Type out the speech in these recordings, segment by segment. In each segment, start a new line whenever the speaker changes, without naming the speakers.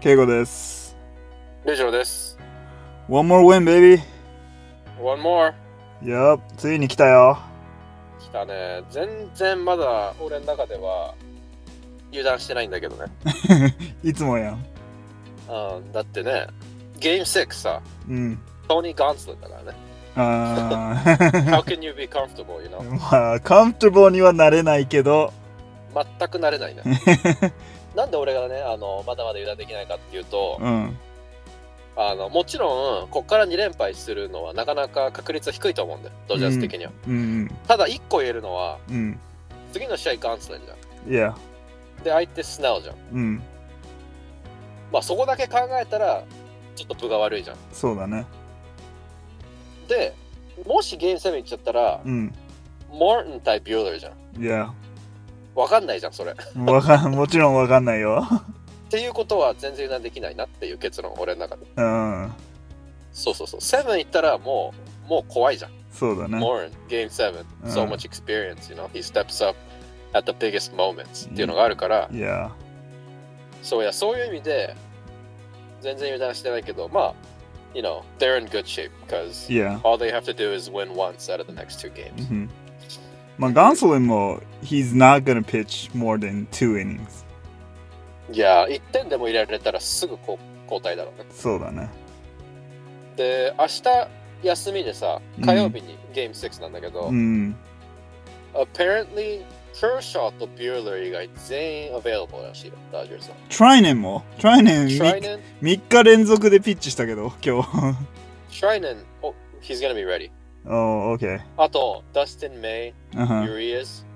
ケイゴです。
以上です。
One more win, baby!
One more!
やっ、ついに来たよ。
来たね。全然まだ俺の中では油断してないんだけどね。
いつもやん。
うん、だってね、ゲーム6さ、
うん。
トニー・ガンスレットだからね。
あ
How can you be comfortable, you know?
ー まあ、カンフトボーにはなれないけど、
全く慣れないね。なんで俺がね、あの、まだまだ油断できないかっていうと、
うん。
あの、もちろん、こっから2連敗するのはなかなか確率は低いと思うんだよ、ドジャース的には。
うん。
ただ、1個言えるのは、
うん。
次の試合ガンスレットじゃ
いや。
ん。で、相手スナウじゃん。
うん。
まあ、そこだけ考えたら、ちょっと分が悪いじゃん。
そうだね。
でもしゲームセブン行っちゃったら、
うん。
モーテン対ビューラーじゃん
いや。
わかんないじゃんそれ っ
わかん、 もちろんわかんないよ。
ていうことは全然油断できないなっていう結論俺の中で
うん。
そうそうそうセブン行ったらもうもう怖いじゃん
そうだね。
モーテンゲームセブン
うん
so much experience you know he steps up at the biggest moments っていうのがあるから、
いや。
そうやそういう意味で全然油断してないけどまあ you know they're in good shape because
いや。
all they have to do is win once out of the next two
う
games
ん。まあ、ガンソリンも、he's not gonna pitch more than two innings.
いやー1点でも入れられたらすぐこう交代だろうね
そうだね。
で明日休みでさ
うん
火曜日にゲーム6なんだけど、
うん。
apparently クーシャーとビューラー以外全員 available らしいよダージャーズは
トライネンも、トライネン
シュライネン
3日連続でピッチしたけど、今日。
シュライネン、oh, he's gonna be ready
おー、OK。
あとダスティン・メイ、
うん
ユ
ふん
リアス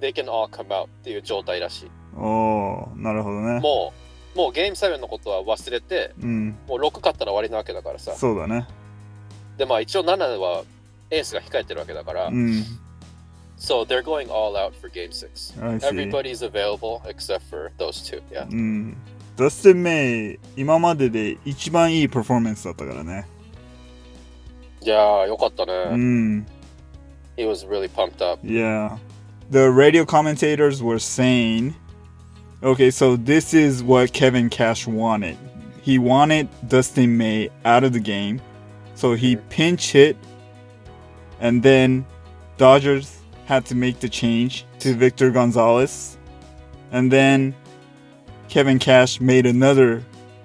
they can all come out っていう状態らしい
おー、なるほどね。
もうもうゲーム7のことは忘れて
うん、
もう6勝ったら終わりなわけだからさ
そうだね。
でまあ一応7はエースが控えてるわけだから、
うん。
so they're going all out for game 6
I see.
everybody's available except for those two yeah
うん。ダスティン・メイ、今までで一番いいパフォーマンスだったからね。
いやー、よかったね。
うん。
He was really pumped up.
Yeah. The radio commentators were saying, okay, so this is what Kevin Cash wanted. He wanted Dustin May out of the game. So he pinch hit and then Dodgers had to make the change to Victor Gonzalez. And then Kevin Cash made another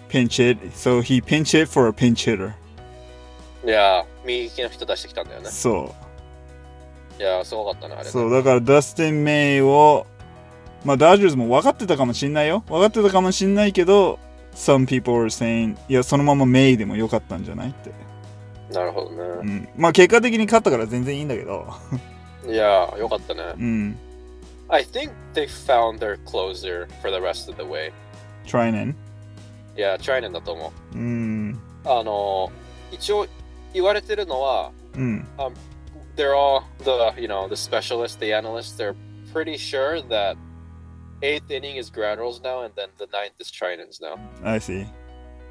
pinch hit. So he pinch hit for a pinch hitter.
いやー、右利きの人出してきたんだよね。
So
いやー、すごかったね、あれね。
そうだからダスティン・メイをまあダージャーズも分かってたかもしんないよ分かってたかもしんないけど Some people were saying いやそのままメイでもよかったんじゃないって、
なるほど
う
ね。
ん、まあ結果的に勝ったから全然いいんだけど
いやー、よかったね。
うん
I think they found their closer for the rest of the way.
Try and
いやー、チャイネンだと思う。
うん
あのー、一応言われてるのは、
うん
they're all the, you know, the specialists, the analysts, they're pretty sure that eighth inning is Graduals now and then the ninth is Chinans now.
I see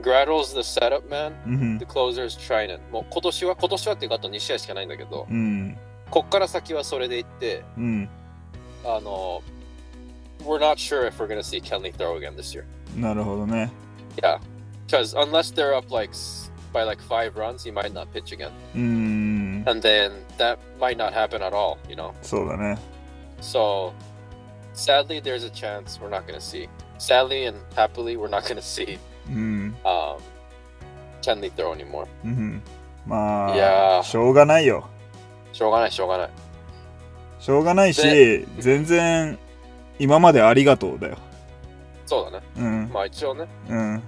Graduals the setup man,
うん、
the closer is Trinan. もう今年は、今年はっていうかあと2試合しかないんだけど、
うん
こっから先はそれでいって、
うん、
あの、We're not sure if we're gonna see Kenley throw again this year.
なるほどね
Yeah. Because unless they're up like s- by like five runs, he might not pitch again.
うん
And then that might not happen at all, you know?
そうだね
So sadly, there's a chance we're not gonna see. Sadly and happily, we're not gonna see
うん、
um, Kenley throw anymore.
うん、まあ
いやー
しょうがないよ
しょうがない、しょうがない。
しょうがないし
で
全然今までありがとうだよ
そうだね。
うん
まあ一応ね、
うん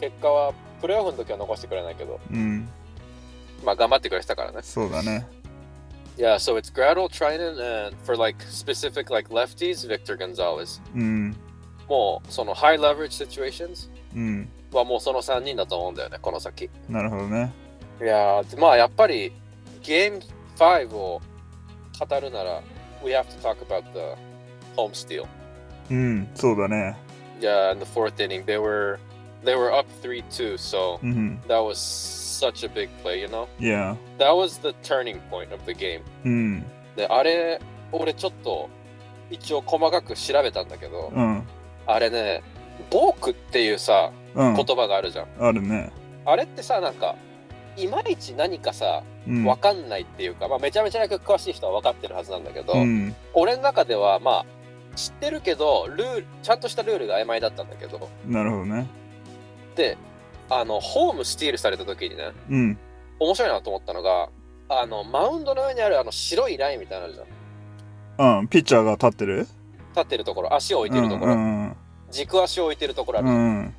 結果はプレーオフの時は残してくれないけど、
うん
まあ頑張ってくれてたからね。
そうだね。
Yeah, so it's Gradle, Trinan, and for like specific like lefties, Victor Gonzalez.
うん。
もうその high leverage situations
うん。
はもうその3人だと思うんだよね、この先。い
なるほどね。
やー、まあやっぱりゲーム5を語るなら、we have to talk about the home steal.
うん。そうだね。
Yeah, in the fourth inning, they were, they were up 3-2, so
うん。
that was such a big play, you know?
いや。
That was the turning point of the game.
うん。
で、あれ、俺ちょっと一応細かく調べたんだけど、
うん。
あれね、ボークっていうさ
うん
言葉があるじゃん、
あるね
あれってさなんかいまいち何かさ
うん
分かんないっていうか、まあ、めちゃめちゃ詳しい人は分かってるはずなんだけど、
うん
俺の中ではまあ知ってるけどルールちゃんとしたルールが曖昧だったんだけど
なるほどね
であのホームスティールされた時にね
うん
面白いなと思ったのがあのマウンドの上にあるあの白いラインみたいなのあるじゃん
うんピッチャーが立ってる
立ってるところ足を置いてるところ、
うんうん
軸足を置いてるところあ
う
る、
ん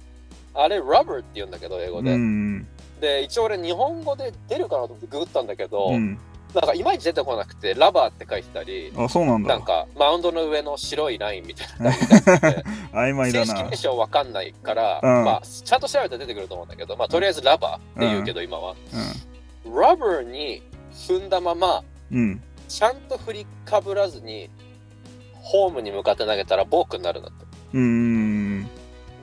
あれラブ r って言うんだけど英語
うん
で、
うん
で一応俺日本語で出るかなと思ってググったんだけど、
うん
なんかいまいち出てこなくてラバーって書いてたり
あそうなん
な
だ
んかマウンドの上の白いラインみたいなの書いてあって
曖昧だ
正式
な
名称わかんないから、
うん
まあ、ちゃんと調べたら出てくると思うんだけど、まあ、とりあえずラバーって言うけど、今は。ラバーに踏んだまま、
うんうん
ちゃんと振りかぶらずに、ホームに向かって投げたらボークになるんだって。
うん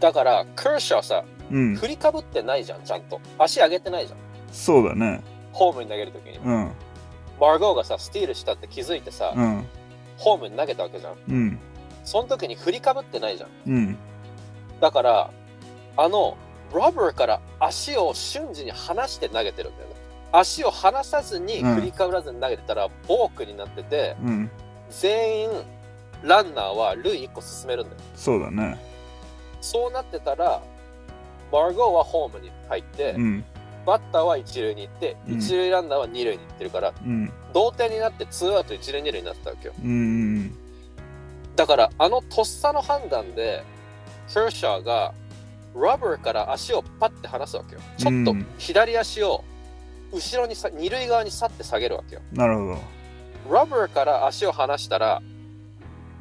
だから、クーシャーさ、
うん
振りかぶってないじゃん、ちゃんと。足上げてないじゃん。
そうだね
ホームに投げるときに。
うん
マーゴーがさ、スティールしたって気づいてさ、
うん
ホームに投げたわけじゃん。
うん
その時に振りかぶってないじゃん。
うん
だから、あの、ラバーから足を瞬時に離して投げてるんだよね。足を離さずに、
うん
振りかぶらずに投げてたら、ボークになってて、
うん
全員、ランナーは塁1個進めるんだよ。
そうだね
そうなってたら、マーゴーはホームに入って、
うん
バッターは一塁に行って、
うん
一塁ランナーは二塁に行ってるから、
うん
同点になってツーアウト一塁二塁になってたわけよ。
うん
だから、あのとっさの判断で、ケーシャーが、ラバーから足をパッて離すわけよ。ちょっと
うん
左足を後ろにさ、二塁側に去って下げるわけよ。
なるほど
ラバーから足を離したら、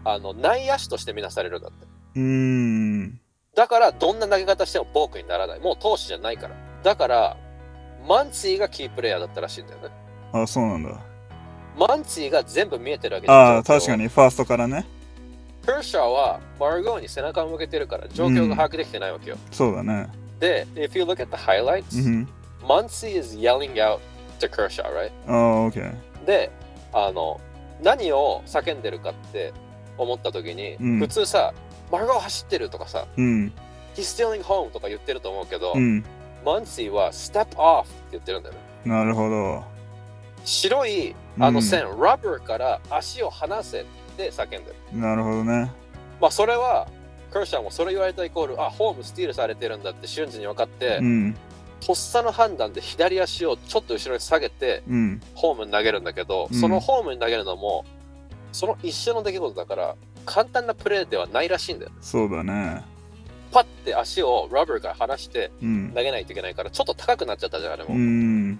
あの、内野手としてみなされるんだって。
うん
だから、どんな投げ方してもボークにならない。もう投手じゃないから。だから、マンツィがキープレイヤーだったらしいんだよね。
あそうなんだ
マンツィが全部見えてるわけじゃん
ああ
状況を
確かにファーストからね
ヘルシャーはマルゴーに背中を向けてるから状況が把握できてないわけよ。
そうだね
で、if you look at the highlights,、
うん
Muncy is yelling out to Kershaw, right?
ああ OK
で、あの、何を叫んでるかって思った時に、
うん
普通さ、マルゴー走ってるとかさ、
うん
He's stealing home とか言ってると思うけど、
うん
マンシーは step off って言ってるんだよね。
なるほど
白いあ
う
の
ん
線、ラバーから足を離せって叫んでる。
なるほどね
まあそれは、クーシャーもそれ言われたイコール、あ、ホームスティールされてるんだって瞬時に分かって、
うん
とっさの判断で左足をちょっと後ろに下げて、
うん
ホームに投げるんだけど、
うん
そのホームに投げるのも、その一瞬の出来事だから、簡単なプレーではないらしいんだよ。
そうだね
パッて足をラバーから離して
うん
投げないといけないから、ちょっと高くなっちゃったじゃん、あれも。
うん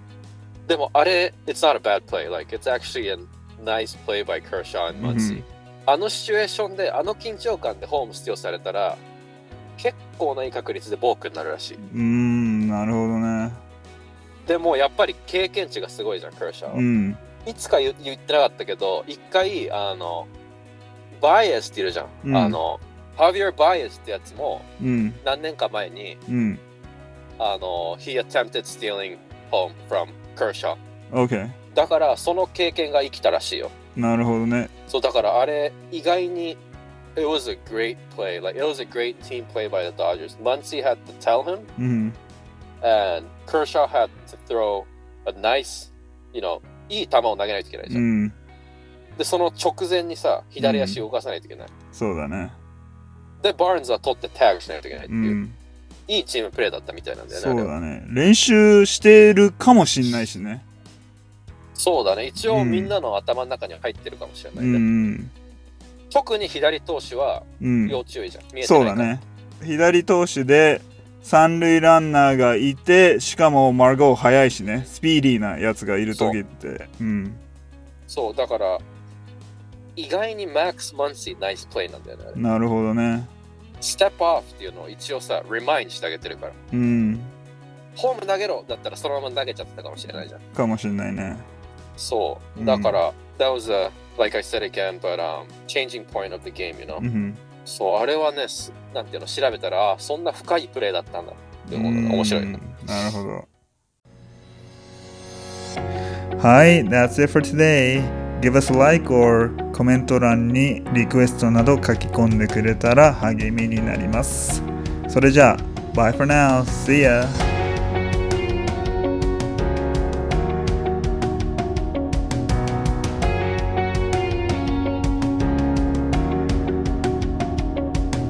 でもあれ、it's not a bad play. Like, it's actually a nice play by Kershaw and Muncy.、
うん
あのシチュエーションで、あの緊張感でホームスティールされたら、結構ないい確率でボークになるらしい。
うんなるほどね
でもやっぱり経験値がすごいじゃん、クーシャーは。
うん
いつか言言ってなかったけど、一回、あの、バイエスっているじゃん。
うん
あの、ハビア・バイエスってやつも
うん
何年か前に、
うん
あの、he attempted stealing home from Kershaw。
OK
だから、その経験が生きたらしいよ。
なるほどね
そうだからあれ意外に It was a great play. Like it was a great team play by the Dodgers. Muncy had to tell him
うん
and Kershaw had to throw a nice, you know, いい球を投げないといけないじ
う
ゃん。
ん
で、その直前にさ、左足を動かさないといけない。
そうだね
で、バーンズは取ってタグしないといけないって
う
いう、
ん
いいチームプレーだったみたいなんだよね。
そ
あ
う
れは
だね練習してるかもしんないしね
そうだね。一
う
応
ん
みんなの頭の中には入ってるかもしれな
う
いね。
ん
特に左投手は
うん
要注意じゃん。見えて
そ
な
うだ
いから。
ね左投手で三塁ランナーがいてしかもマルゴー速いしねスピーディーなやつがいる時ってうん
そう、だから、意外にマックス・マンシーナイスプレーなんだよね。あれ
なるほどね
ステップオフっていうのを一応さ、リマインしてあげてるから。
うん
ホーム投げろだったらそのまま投げちゃってたかもしれないじゃん。
かもしんないね
そうう。
ん
だから、that was a, like I said again, but、um, changing point of the game, you know、
うん
そう、あれはね、すなんていうの、調べたら、あそんな深いプレーだったんだって思うのが面白い。
なるほど Hi, that's it for today. Give us a like or コメント欄にリクエストなど書き込んでくれたら励みになります。それじゃあ、bye for now, see ya!